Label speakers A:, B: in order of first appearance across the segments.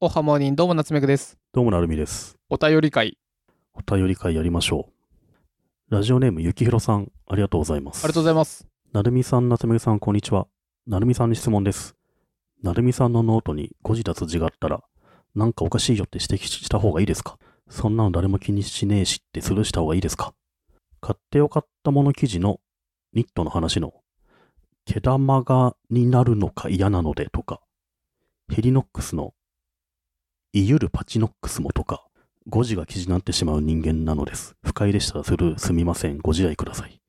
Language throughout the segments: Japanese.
A: おはモーニンどうも夏目くです。
B: どうもなるみです。
A: お便り会、
B: お便り会やりましょう。ラジオネームゆきひろさん、ありがとうございま
A: あ
B: す。
A: りがとうございます。
B: なるみさん、なつめぐさん、こんにちは。なるみさんに質問です。なるみさんのノートに誤字脱字があったら、なんかおかしいよって指摘した方がいいですかそんなの誰も気にしねえしってスルーした方がいいですか買ってよかったもの記事のニットの話の、毛玉がになるのか嫌なのでとか、ヘリノックスの、いゆるパチノックスもとか、誤字が記事になってしまう人間なのです。不快でしたらスルーすみません。ご自愛ください。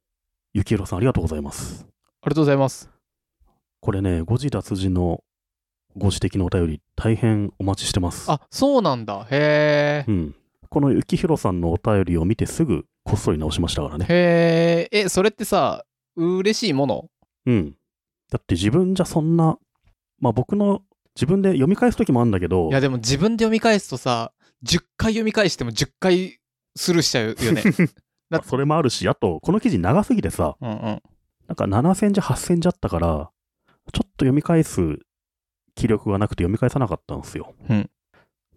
B: ゆきひろさんありがとうございます。
A: ありがとうございます。
B: これね、誤字脱字のご指摘のお便り、大変お待ちしてます。
A: あ、そうなんだ。へ
B: うん。この幸宏さんのお便りを見てすぐこっそり直しましたから
A: え。
B: ね。
A: へえ。え、それってさ、嬉しいもの
B: うん。だって自分じゃそんな、まあ僕の自分で読み返す時もあるんだけど
A: い、や、でも自分で読み返すとさ、10回読み返しても10回スルーしちゃうよ ね。
B: まあそれもあるし、あと、この記事長すぎてさ、
A: うんうん。
B: なんか7千字、8千字あったから、ちょっと読み返す気力がなくて読み返さなかったんですよ。
A: うん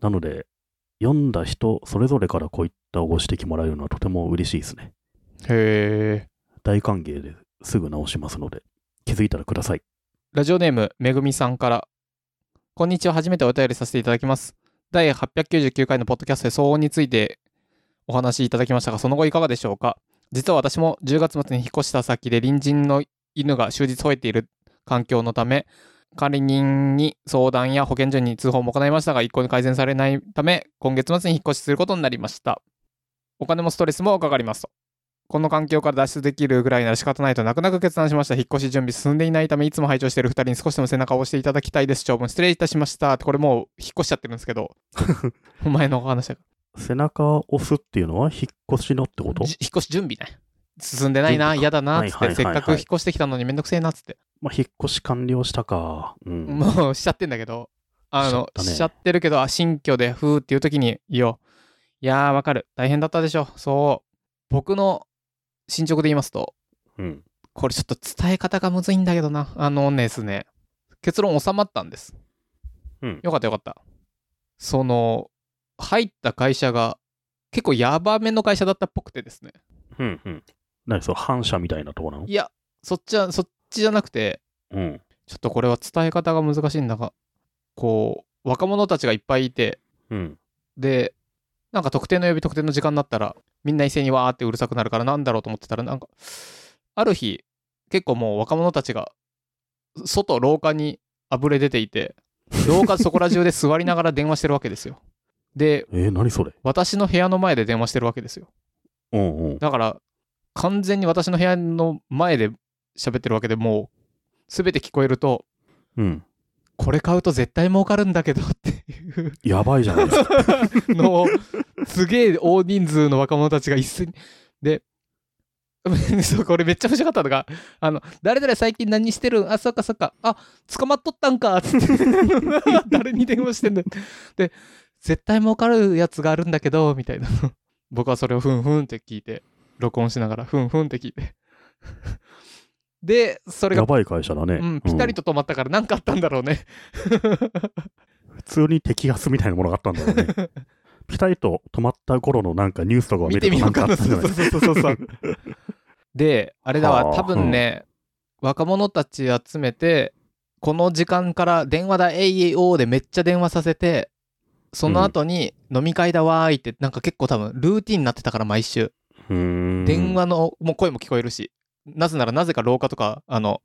B: なので、読んだ人それぞれからこういったご指摘もらえるのはとても嬉しいですね。
A: へえ。
B: 大歓迎ですぐ直しますので、気づいたらください。
A: ラジオネーム、めぐみさんから。こんにちは、初めてお便りさせていただきます。第899回のポッドキャストで騒音についてお話しいただきましたが、その後いかがでしょうか実は私も10月末に引っ越した先で隣人の犬が終日吠えている環境のため、管理人に相談や保健所に通報も行いましたが、一向に改善されないため、今月末に引っ越しすることになりました。お金もストレスもかかりますと。この環境から脱出できるぐらいなら仕方ないと泣く泣く決断しました。引っ越し準備進んでいないため、いつも拝聴している2人に少しでも背中を押していただきたいです。長文失礼いたしました。ってこれもう引っ越しちゃってるんですけ ど、お前のお話だか
B: 背中を押すっていうのは引っ越しのってこと
A: らじ引っ越し準備ね。進んでないな、
B: 準備か
A: 嫌だな、つって、
B: はいはいはいはい
A: せっかく引っ越してきたのにめんどくせえな、つって。
B: まあ、引っ越し完了したか。うん。
A: もうしちゃってんだけど、あの、
B: しちゃったね
A: しちゃってるけど、あ新居でふーっていう時に、いいよ。いやー、わかる。大変だったでしょ。そう。僕の進捗で言いますと、
B: うん。
A: これちょっと伝え方がむずいんだけどな。あのですね、結論収まったんです。
B: うん
A: よかったよかった。その、入った会社が結構ヤバめの会社だったっぽくてですね。
B: うん。うん。何それ、反射みたいなとこなの
A: いや、そっちは、そっちじゃなくて、
B: うん。
A: ちょっとこれは伝え方が難しいんだが、こう、若者たちがいっぱいいて、
B: うん。
A: で、なんか特定の曜日、特定の時間になったら、みんな一斉にわーってうるさくなるから、なんだろうと思ってたら、なんか、ある日、結構もう若者たちが、外、廊下にあぶれ出ていて、廊下そこら中で座りながら電話してるわけですよ。で、
B: えー、何それ
A: 私の部屋の前で電話してるわけですよ。
B: うんうん。
A: だから、完全に私の部屋の前で喋ってるわけでもう、すべて聞こえると、
B: うん。
A: これ買うと絶対儲かるんだけどっていう
B: やばいじゃないですか。
A: のをすげえ大人数の若者たちが一斉にで そうこれめっちゃ面白かったのが「あの誰々最近何してるんあそっかそっかあ捕まっとったんか」つって 誰に電話してんだよで絶対儲かるやつがあるんだけどみたいな僕はそれをふんふんって聞いて録音しながらふんふんって聞いてでそれ
B: や
A: が、
B: ばい会社だね。
A: うん、ピタリ
B: と。
A: と止まったから何かあったんだろうね
B: 普通に摘発みたいなものがあったんだろうね。ピタリと止まった頃のなんかニュースとかを見
A: 見
B: ると
A: てみよ
B: な
A: うんか
B: かあ
A: な
B: ったんじゃないですか。
A: そうそうそうそうであれだ
B: は
A: わ
B: あ
A: 多分ね、若者たち集めてこの時間から電話だ AEO でめっちゃ電話させてその後に飲み会だわーいってなんか結構多分ルーティンになってたから毎週
B: うーん
A: 電話のもう声も聞こえるしなぜならなぜか廊下とかあの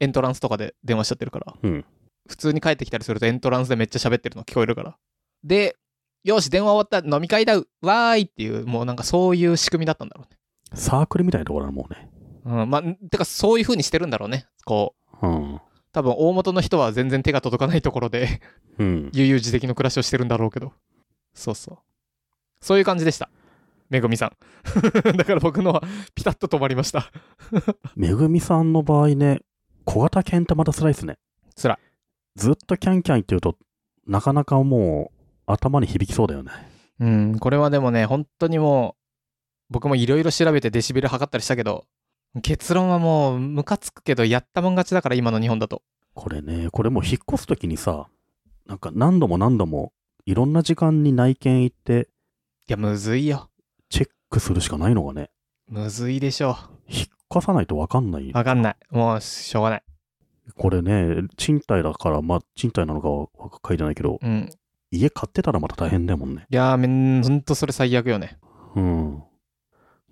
A: エントランスとかで電話しちゃってるから
B: うん。
A: 普通に帰ってきたりするとエントランスでめっちゃ喋ってるの聞こえるからでよし電話終わった飲み会だわーいっていうもうなんかそういう仕組みだったんだろうね
B: サークルみたいなところなのもうね。
A: うん、まあ、んてかそういう風にしてるんだろうね。こう、
B: うん。
A: 多分大元の人は全然手が届かないところで、
B: うん。
A: 悠々自適の暮らしをしてるんだろうけど。そうそう。そういう感じでした。めぐみさん。 だから僕のはピタッと止まりました。
B: めぐみさんの場合ね、小型犬ってまた辛いですね。
A: 辛い。
B: ずっとキャンキャン言ってると、なかなかもう頭に響きそうだよね。
A: うん、これはでもね、本当にもう、僕もいろいろ調べてデシベル測ったりしたけど、結論はもう、ムカつくけど、やったもん勝ちだから、今の日本だと。
B: これね、これもう引っ越すときにさ、なんか何度も何度もいろんな時間に内見行って、
A: や、むずいよ。
B: チェックするしかないのがね、
A: むずいでしょ。。
B: 引っ越さないとわかんないう
A: わかんない。もう、しょうがない。
B: これね、賃貸だから、まあ、賃貸なのかは書いてないけど、
A: うん。
B: 家買ってたらまた大変だもんね。
A: いやー、めん、ほんとそれ最悪よね。
B: うん。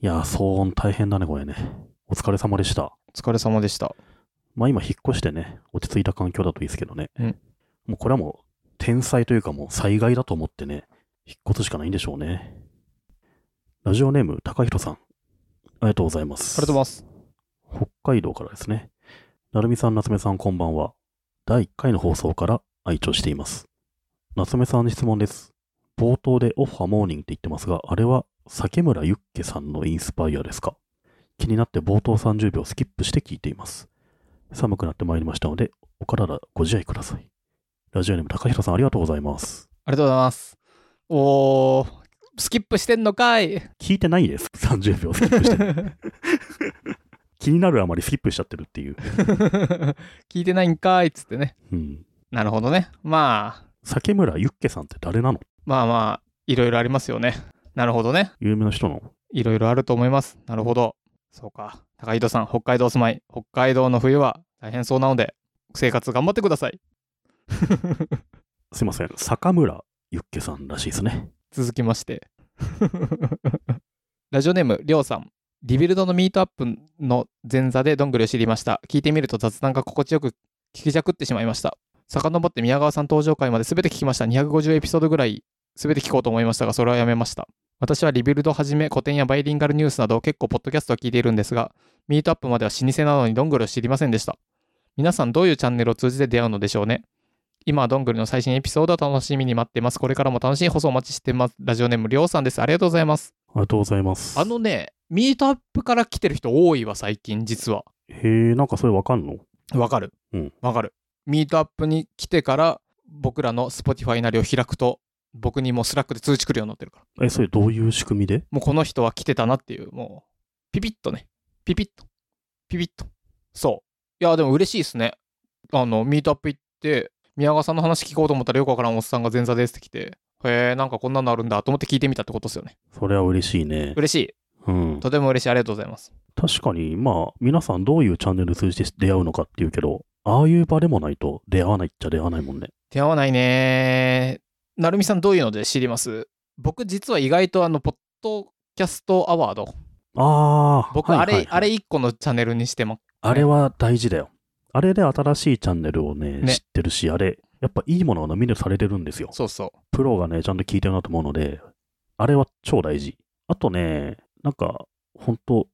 B: いや、騒音大変だね、これね。お疲れ様でした。
A: お疲れ様でした。
B: まあ今、引っ越してね、落ち着いた環境だといいですけどね。
A: うん
B: もうこれはもう、天災というかもう災害だと思ってね、引っ越すしかないんでしょうね。ラジオネーム、高弘さん。ありがとうございます。
A: ありがとうございます。
B: 北海道からですね。なるみさん、夏目さん、こんばんは。第1回の放送から愛聴しています。夏目さんに質問です。冒頭でオッハモーニングって言ってますが、あれは酒村ユッケさんのインスパイアですか気になって冒頭30秒スキップして聞いています。寒くなってまいりましたので、お体ご自愛ください。ラジオネーム高弘さんありがとうございます。
A: ありがとうございます。おー、スキップしてんのかい
B: 聞いてないです。30秒スキップしてる。気になるあまりスキップしちゃってるっていう。
A: 聞いてないんかいっつってね。
B: うん。
A: なるほどね。まあ、
B: 酒村ユッケさんって誰なの
A: まあまあ、いろいろありますよね。なるほどね。
B: 有名な人なの
A: いろいろあると思います。なるほど。そうか。高井戸さん、北海道お住まい。北海道の冬は大変そうなので、生活頑張ってください。
B: すいません、坂村ユッケさんらしいですね。
A: 続きまして。 ラジオネーム、りょうさん。リビルドのミートアップの前座でどんぐりを知りました。聞いてみると雑談が心地よく聞きじゃくってしまいました。遡って宮川さん登場回まで全て聞きました。250エピソードぐらい全て聞こうと思いましたが、それはやめました。私はリビルドはじめ古典やバイリンガルニュースなど結構ポッドキャストは聞いているんですが、ミートアップまでは老舗なのにどんぐりを知りませんでした。皆さんどういうチャンネルを通じて出会うのでしょうね。今はどんぐりの最新エピソードを楽しみに待ってます。これからも楽しい放送お待ちしてます。ラジオネームりょうさんです。ありがとうございます。
B: ありがとうございます。
A: あのね、ミートアップから来てる人多いわ、最近実は。
B: へえ、なんかそれわかんの
A: わかる。
B: うん
A: わかる。ミートアップに来てから、僕らの Spotify なりを開くと、僕にもうスラックで通知来るようになってるから。
B: え、それどういう仕組みで
A: もうこの人は来てたなっていう、もう、ピピッとね。ピピッと。ピピッと。そう。いや、でも嬉しいですね。あの、ミートアップ行って、宮川さんの話聞こうと思ったらよくわからんおっさんが前座ですって来て、へえ、なんかこんなのあるんだと思って聞いてみたってことですよね。
B: それは嬉しいね。
A: 嬉し
B: うん
A: い。。とても嬉しい。ありがとうございます。
B: 確かに、まあ、皆さんどういうチャンネル通じて出会うのかっていうけど、ああいう場でもないと出会わないっちゃ出会わないもんね。
A: 出会わないねー。なるみさんどういうので知ります僕実は意外とあの、ポッドキャストアワード。
B: ああ、
A: 僕、
B: は
A: あ
B: いはいは
A: れ
B: い、
A: あれ1個のチャンネルにしても、
B: あれは大事だよ。あれで新しいチャンネルをね、
A: ね
B: 知ってるし、あれ、やっぱいいものがノミネートされてるんですよ。
A: そうそ
B: プロがね、ちゃんと聞いてるなと思うので、あれは超大事。あとね、なんか、ほんと、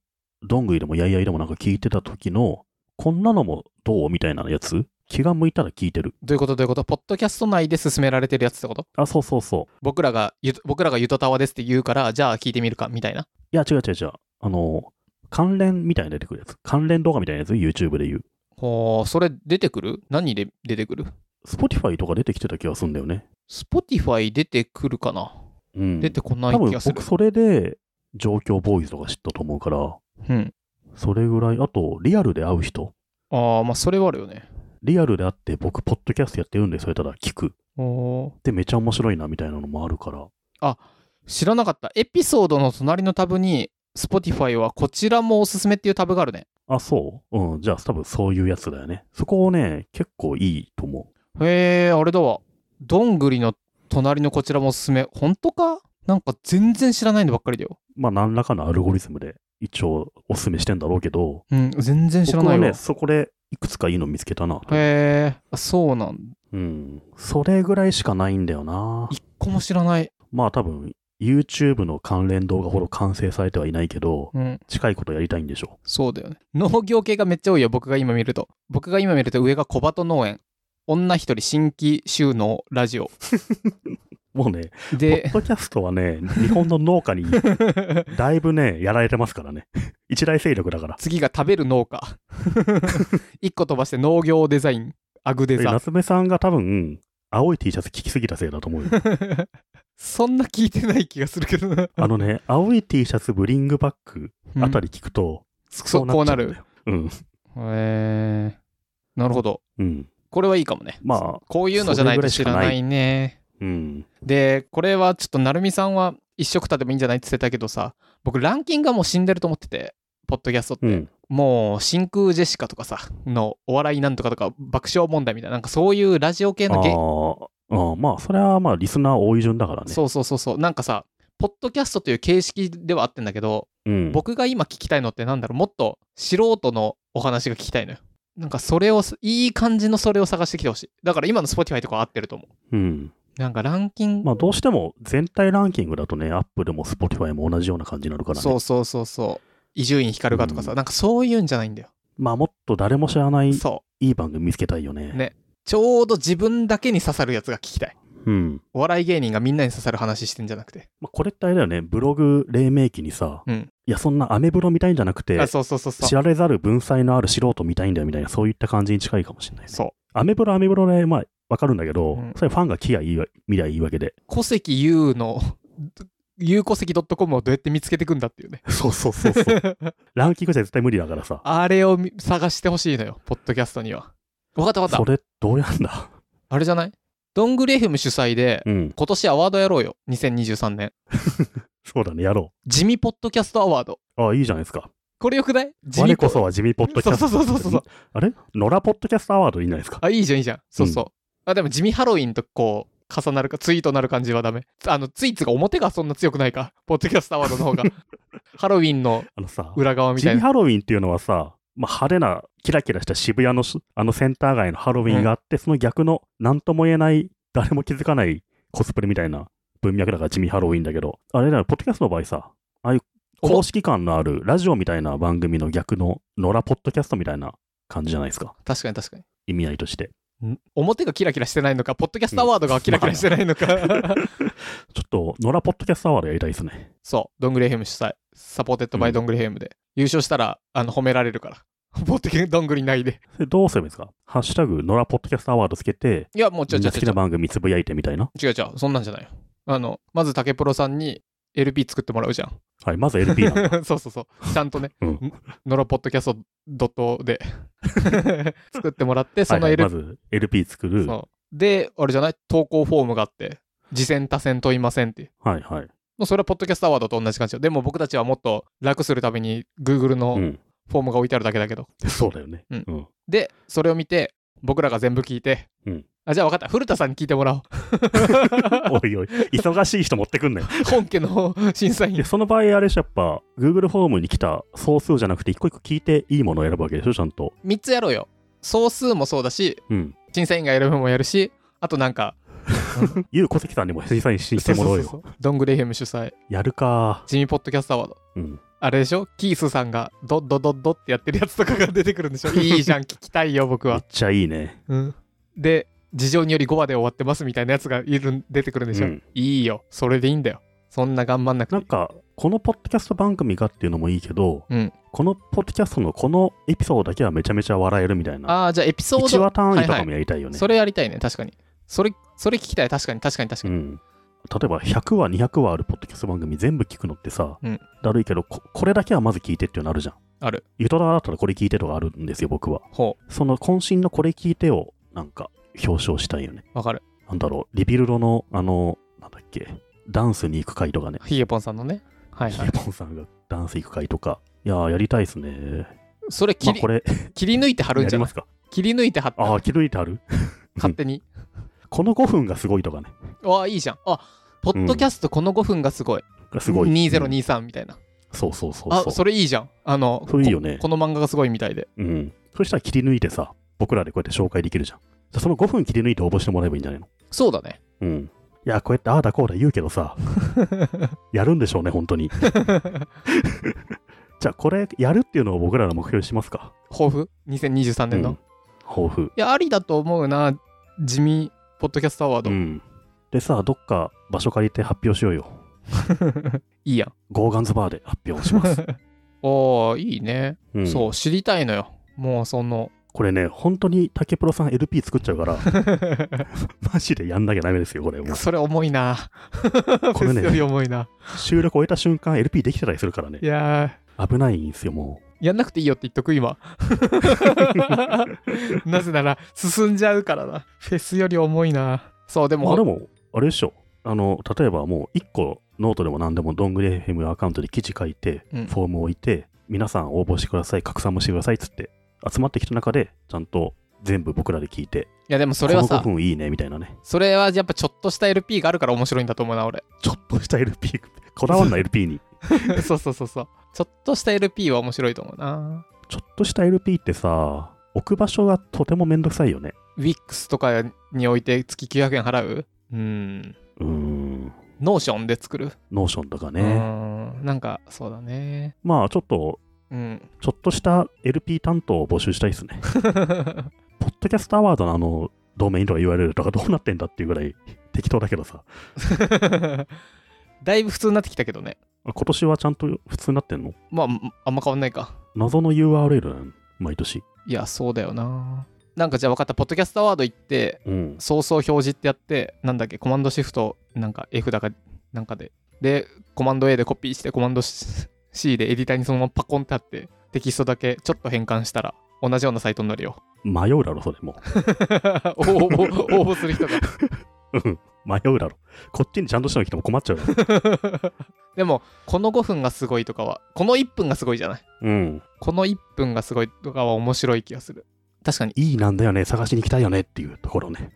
B: どんぐりでもやいやいでもなんか聞いてた時の、こんなのもどうみたいなやつ気が向いたら聞いてる。
A: う。どういうことどういうことポッドキャスト内で勧められてるやつってこと
B: あ、そうそうそう。
A: 僕らがゆ、僕らがゆとたわですって言うから、じゃあ聞いてみるか、みたいな。
B: いや、違う違う違う。あの、関連みたいに出てくるやつ。関連動画みたいなやつ ?YouTube で言う。
A: ほう、それ出てくる何で出てくる
B: Spotify とか出てきてた気がするんだよね。
A: ?Spotify 出てくるかな、
B: うん。
A: 出てこな
B: 多
A: い
B: 分
A: 気がする
B: 僕。それで、状況ボーイズとか知ったと思うから、
A: うん。
B: それぐらい。あと、リアルで会う人。
A: ああ、まあ、それはあるよね。
B: リアルで会って、僕、ポッドキャストやってるんで、それただ聞く。
A: おー
B: でめちゃ面白いなみたいなのもあるから
A: 知らなかった。エピソードの隣のタブに、Spotify はこちらもおすすめっていうタブがあるね。
B: あそううんじゃあ多分そういうやつだよねそこをね結構いいと思
A: へえ、あれだわ。どんぐりの隣のこちらもおすすめ。本当かなんか全然知らないのばっかりだよ。
B: うまあ何らかのアルゴリズムで一応おすすめしてんだろうけど
A: うん、全然知ら
B: 僕
A: な
B: はい
A: わ。
B: ねそこでいくつかいいの見つけたな
A: へえ、あそうなん
B: うんそれぐらいしかないんだよな
A: 一個も知らない。
B: まあ多分 YouTube の関連動画ほど完成されてはいないけど
A: うん、
B: 近いことやりたいんでしょ
A: そうだよね。農業系がめっちゃ多いよ、僕が今見ると。僕が今見ると上が小鳩農園。女一人新規収納ラジオ。
B: うもうねポッ
A: で、
B: ドキャストはね日本の農家 にだいぶねやられてますからね一大勢力だから
A: 次が食べる農家。一個飛ばして農業デザイン。アグデ
B: え
A: ザ。
B: 夏目さんが多分、青い T シャツ着きすぎたせいだ と思うよ。
A: そんな聞いてない気がするけどな。
B: あのね、青い T シャツブリングバックあた
A: り、
B: り聞くと、
A: そうこうなる。
B: っちゃうんだよ。
A: へえなるほど。
B: うん。うん。
A: これはいいかもね。
B: まあ、
A: こういうのじゃないと知らないね。
B: うん。
A: で、これはちょっと、なるみさんは一食たでもいいんじゃないって言ってたけどさ、僕、ランキングがもう死んでると思ってて、ポッドキャストって。
B: うん。
A: もう、真空ジェシカとかさ、のお笑いなんとかとか、爆笑問題みたいな、なんかそういうラジオ系
B: あ
A: のゲ、
B: ーあー、まあ、それはまあ、リスナー多い順だからね。
A: そうそうそうそう、なんかさ、ポッドキャストという形式ではあってんだけど、
B: うん。
A: 僕が今聞きたいのってなんだろうもっと素人のお話が聞きたいのよなんかそれをいい感じのそれを探してきてほしいだから今の Spotify とか合ってると思
B: うん。
A: うなんかランキング、
B: まあ、どうしても全体ランキングだとね、アップルも Spotify も同じような感じになるからね。
A: そうそうそうそう伊集院光がとかさ、
B: うん
A: なんかそういうんじゃないんだよ
B: まあ、もっと誰も知らない、い
A: そ
B: い番組見つけたいよね。
A: ねうちょうど自分だけに刺さるやつが聞きたい
B: うん。
A: お笑い芸人がみんなに刺さる話してんじゃなくて
B: まあ、これってあれだよね、ブログ黎明期にさ、
A: うん
B: いや、そんなアメブロ見たいんじゃなくて
A: あ、そうそうそうそ
B: 知
A: う
B: られざる文才のある素人見たいんだよみたいな、そういった感じに近いかもしれないです。
A: そう
B: アメブロ、アメブロで、まあ、わかるんだけど、
A: うん
B: それファンが来やいいわ、見りゃいいわけで。
A: 戸籍 U の U 戸籍 .com をどうやって見つけてくんだっていうね
B: そうそうそうそう。 ランキングじゃ絶対無理だからさ。
A: あれを見探してほしいのよポッドキャストにはわかったわかった
B: それ、どうやんだ
A: あれじゃないドングレフム主催で、
B: うん。
A: 今年アワードやろうよ、2023年。
B: そうだね、やろ
A: 地味ポッドキャストアワード。
B: う。ああ、いいじゃないですか。
A: これよくない地
B: 我
A: 味ポ
B: こそは地味ポッドキャスト。
A: そうそうそうそうそう。
B: あれ野良ポッドキャストアワードいいんじゃないですか。
A: あ、いいじゃん、いいじゃん。そうそう。あ、でも地味ハロウィンとこう、重なるか、ツイートなる感じはダメ。あの、ツイートが表がそんな強くないか、ポッドキャストアワードの方が。ハロウィンの
B: あのさ、
A: 裏側み
B: 地
A: たい
B: 味
A: な。
B: ハロウィンっていうのはさ、まあ、派手な、キラキラした渋谷のしあのセンター街のハロウィンがあって、その逆の、なんとも言えない、誰も気づかないコスプレみたいな文脈だから地味ハロウィンだけど、あれだよ、ポッドキャストの場合さ、ああいう公式感のあるラジオみたいな番組の逆の、野良ポッドキャストみたいな感じじゃないですか、
A: 確かに確かに。
B: 意味合いとして。
A: ん表がキラキラしてないのか、ポッドキャストアワードがキラキラしてないのか。
B: ちょっと、野良ポッドキャストアワードやりたいですね。
A: そう、ドングレヘム主催、サポーテッドバイドングレヘムで、優勝したらあの褒められるから、ポッドキャストどんぐりないで。
B: それどうすればいいですかハッシュタグ、野良ポッドキャストアワードつけて、
A: いや、もう違う
B: み
A: ん違う
B: な好き
A: 違
B: な
A: う
B: 番組つぶやいてみたいな。
A: 違う違う、そんなんじゃないよ。あの、まず竹プロさんに LP 作ってもらうじゃ
B: はい、まず LP なんだ
A: ん。そうそうそう、ちゃんとね、
B: うん
A: んノロポッドキャストドットで 作ってもらって、 その
B: はい
A: LP、
B: まず LP 作る。は
A: そうで、あれじゃない、投稿フォームがあって、次戦多戦問いませんっていう。
B: いはい。
A: もうそれはポッドキャストアワードと同じ感じよ。でも僕たちはもっと楽するために Google
B: う
A: の
B: ん。
A: フォームが置いてあるだけだけど。
B: そうだよね。
A: うん
B: うん。
A: で、それを見て、僕らが全部聞いて、
B: うん
A: あじゃあ分かった、古田さんに聞いてもら おう。
B: おいおい、忙しい人持ってくんね よ。
A: 本家の審査員
B: で、。その場合、あれでしょやっぱ、Google フォームに来た総数じゃなくて、一個一個聞いていいものを選ぶわけでしょ、ちゃんと。
A: 3つやろうよ。総数もそうだし、
B: うん。
A: 審査員が選ぶのもやるし、あとなんか、
B: ゆうこせきさんにも審査員してもらおうよ。
A: そうそうそうドングレイヘム主催、
B: やるか。
A: ジミーポッドキャストアワード。
B: うん。
A: あれでしょキースさんがドッドドッドってやってるやつとかが出てくるんで しょいいじゃん、聞きたいよ、僕
B: め
A: は
B: っ。ちゃいいね。
A: うん、で、事情により5話で終わってますみたいなやつがいる出てくるんでしょ、
B: うん
A: いいよ、それでいいんだよ。そんな頑張んなくてい
B: ないんか、このポッドキャスト番組がっていうのもいいけど、
A: うん
B: このポッドキャストのこのエピソードだけはめちゃめちゃ笑えるみたいな。
A: ああ、じゃあエピソー
B: 1
A: ド
B: 話単位とかもやりたいよね。
A: それやりたいね、確かに。それ、それ聞きたい、確かに、確かに、確か
B: う
A: に。
B: ん、例えば100話200話あるポッドキャスト番組全部聞くのってさ、
A: うん
B: だるいけどここれだけはまず聞いてっていうのあるじゃん
A: ある
B: ゆとらだったらこれ聞いてとかあるんですよ僕は
A: ほ
B: その渾身のこれ聞いてをなんか表彰したいよね
A: う、わかる。
B: なんだろうリビルドのあのなんだっけダンスに行く回とかね
A: ヒゲポンさんのね。はい
B: ヒ
A: は
B: ゲ
A: い。
B: ポンさんがダンス行く回とかいやーやりたいですね
A: それ切
B: まあ
A: り,、
B: これ
A: 切り抜いて貼るん
B: や
A: じゃ
B: り
A: ない
B: ますか
A: 切り抜いて貼った
B: ああ気抜いてある
A: 勝手に。
B: この5分がすごいとかね
A: わあ、いいじゃん。あポッドキャストこの5分がすごい。
B: すごいうん
A: 2023みたいな。
B: そうそうそう
A: あ
B: そう
A: それいいじゃん。あの、
B: それいいよね
A: ここの漫画がすごいみたいで。
B: うん。そしたら切り抜いてさ、僕らでこうやって紹介できるじゃん。じゃあその5分切り抜いて応募してもらえばいいんじゃないの
A: そうだね。
B: うん。いや、こうやってああだこうだ言うけど さ、やるんでしょうね、本当 に。じゃあこれやるっていうのを僕らの目標にしますか。
A: 抱負 ?2023 年の、
B: う
A: い
B: ん。抱負。
A: や、ありだと思うな。地味、ポッドキャストアワー
B: う
A: ド。
B: ん。でさ、どっか場所借りて発表しようよ。
A: いいやん。
B: ゴーガンズバーで発表し ます。
A: おー、いいね、
B: うん、
A: そう、知りたいのよ。もうその、
B: これね、本当に竹プロさん LP 作っちゃうから、 マジでやんなきゃダメですよ、これ。もう
A: それ重いな。
B: これね
A: 別より重いな。
B: 収録終えた瞬間 LP できてたりするからね
A: い。や
B: 危ないんですよ、もう。
A: ー、やんなくていいよって言っとく、 今。なぜなら、進んじゃうからな。フェスより重いな。そう、で
B: まあで
A: も、
B: も、あれでしょあの例えばもう1個ノートでも何でもどんぐり FM アカウントで記事書いて、
A: うん
B: フォーム置いて皆さん応募してください拡散もしてくださいっつって集まってきた中でちゃんと全部僕らで聞いて
A: いやでもそれはさ
B: この5分いいねみたいなね
A: それはやっぱちょっとした LP があるから面白いんだと思うな俺
B: ちょっとした LP こだわんな LP に
A: そうそうそうそうちょっとした LP は面白いと思うな
B: ちょっとした LP ってさ置く場所がとてもめんどくさいよね
A: WIX とかにおいて月900円払ううん
B: うーん
A: ノーションで作る、
B: ノーションとか
A: う
B: ね
A: んなんかそうだね
B: まあちょっと
A: うん
B: ちょっとした LP 担当を募集したいですねポッドキャストアワードのあのドメインとか URL とかどうなってんだっていうぐらい適当だけどさ
A: だいぶ普通になってきたけどね
B: 今年はちゃんと普通になってんの
A: まああんま変わんないか
B: 謎の URL なん毎年
A: いやそうだよななんかじゃあ分かったポッドキャストアワード行って
B: うん
A: 早々表示ってやってなんだっけコマンドシフトなんか F だかなんかででコマンド A でコピーしてコマンド C C でエディターにそのままパコンってあってテキストだけちょっと変換したら同じようなサイトになるよ
B: 迷うだろそれも
A: 応募応募する人が
B: ううん迷うだろこっちにちゃんとしたの来ても困っちゃうよ
A: でもこの5分がすごいとかはこの1分がすごいじゃない
B: うん
A: この1分がすごいとかは面白い気がする確かに
B: いいなんだよね探しに行きたいよねっていうとこ ろね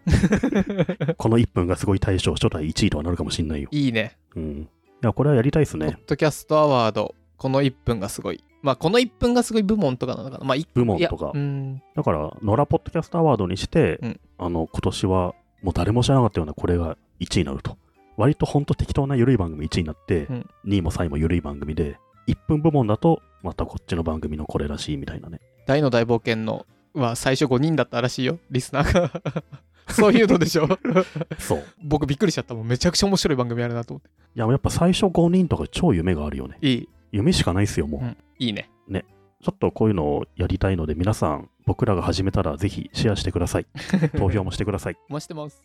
B: この1分がすごい大賞初代1位とはなるかもしんないよ
A: いいね
B: うんいやこれはやりたいですね
A: ポッドキャストアワードこの1分がすごいまあこの1分がすごい部門とかなのかなまあい
B: 部門
A: いや
B: とか
A: うん
B: だから、野良ポッドキャストアワードにして、
A: うん
B: あの今年はもう誰も知らなかったようなこれが1位になると。割と本当適当な緩い番組1位になって、
A: うん
B: 2位も3位も緩い番組で、1分部門だと、またこっちの番組のこれらしいみたい なね。
A: 大の大冒険のは最初5人だったらしいよリスナーが そういうのでしょ
B: そう。い
A: 僕びっくりしちゃったもんめちゃくちゃ面白い番組あるなと思っ
B: や、やっぱ最初5人とか超夢があるよね。
A: ていい
B: 夢しかないっすよ、もう。
A: うんいいね
B: ちょっとこういうのをや りたいので、皆さん、僕らが始めたらぜひシェアしてください。投票もしてください。
A: もしてます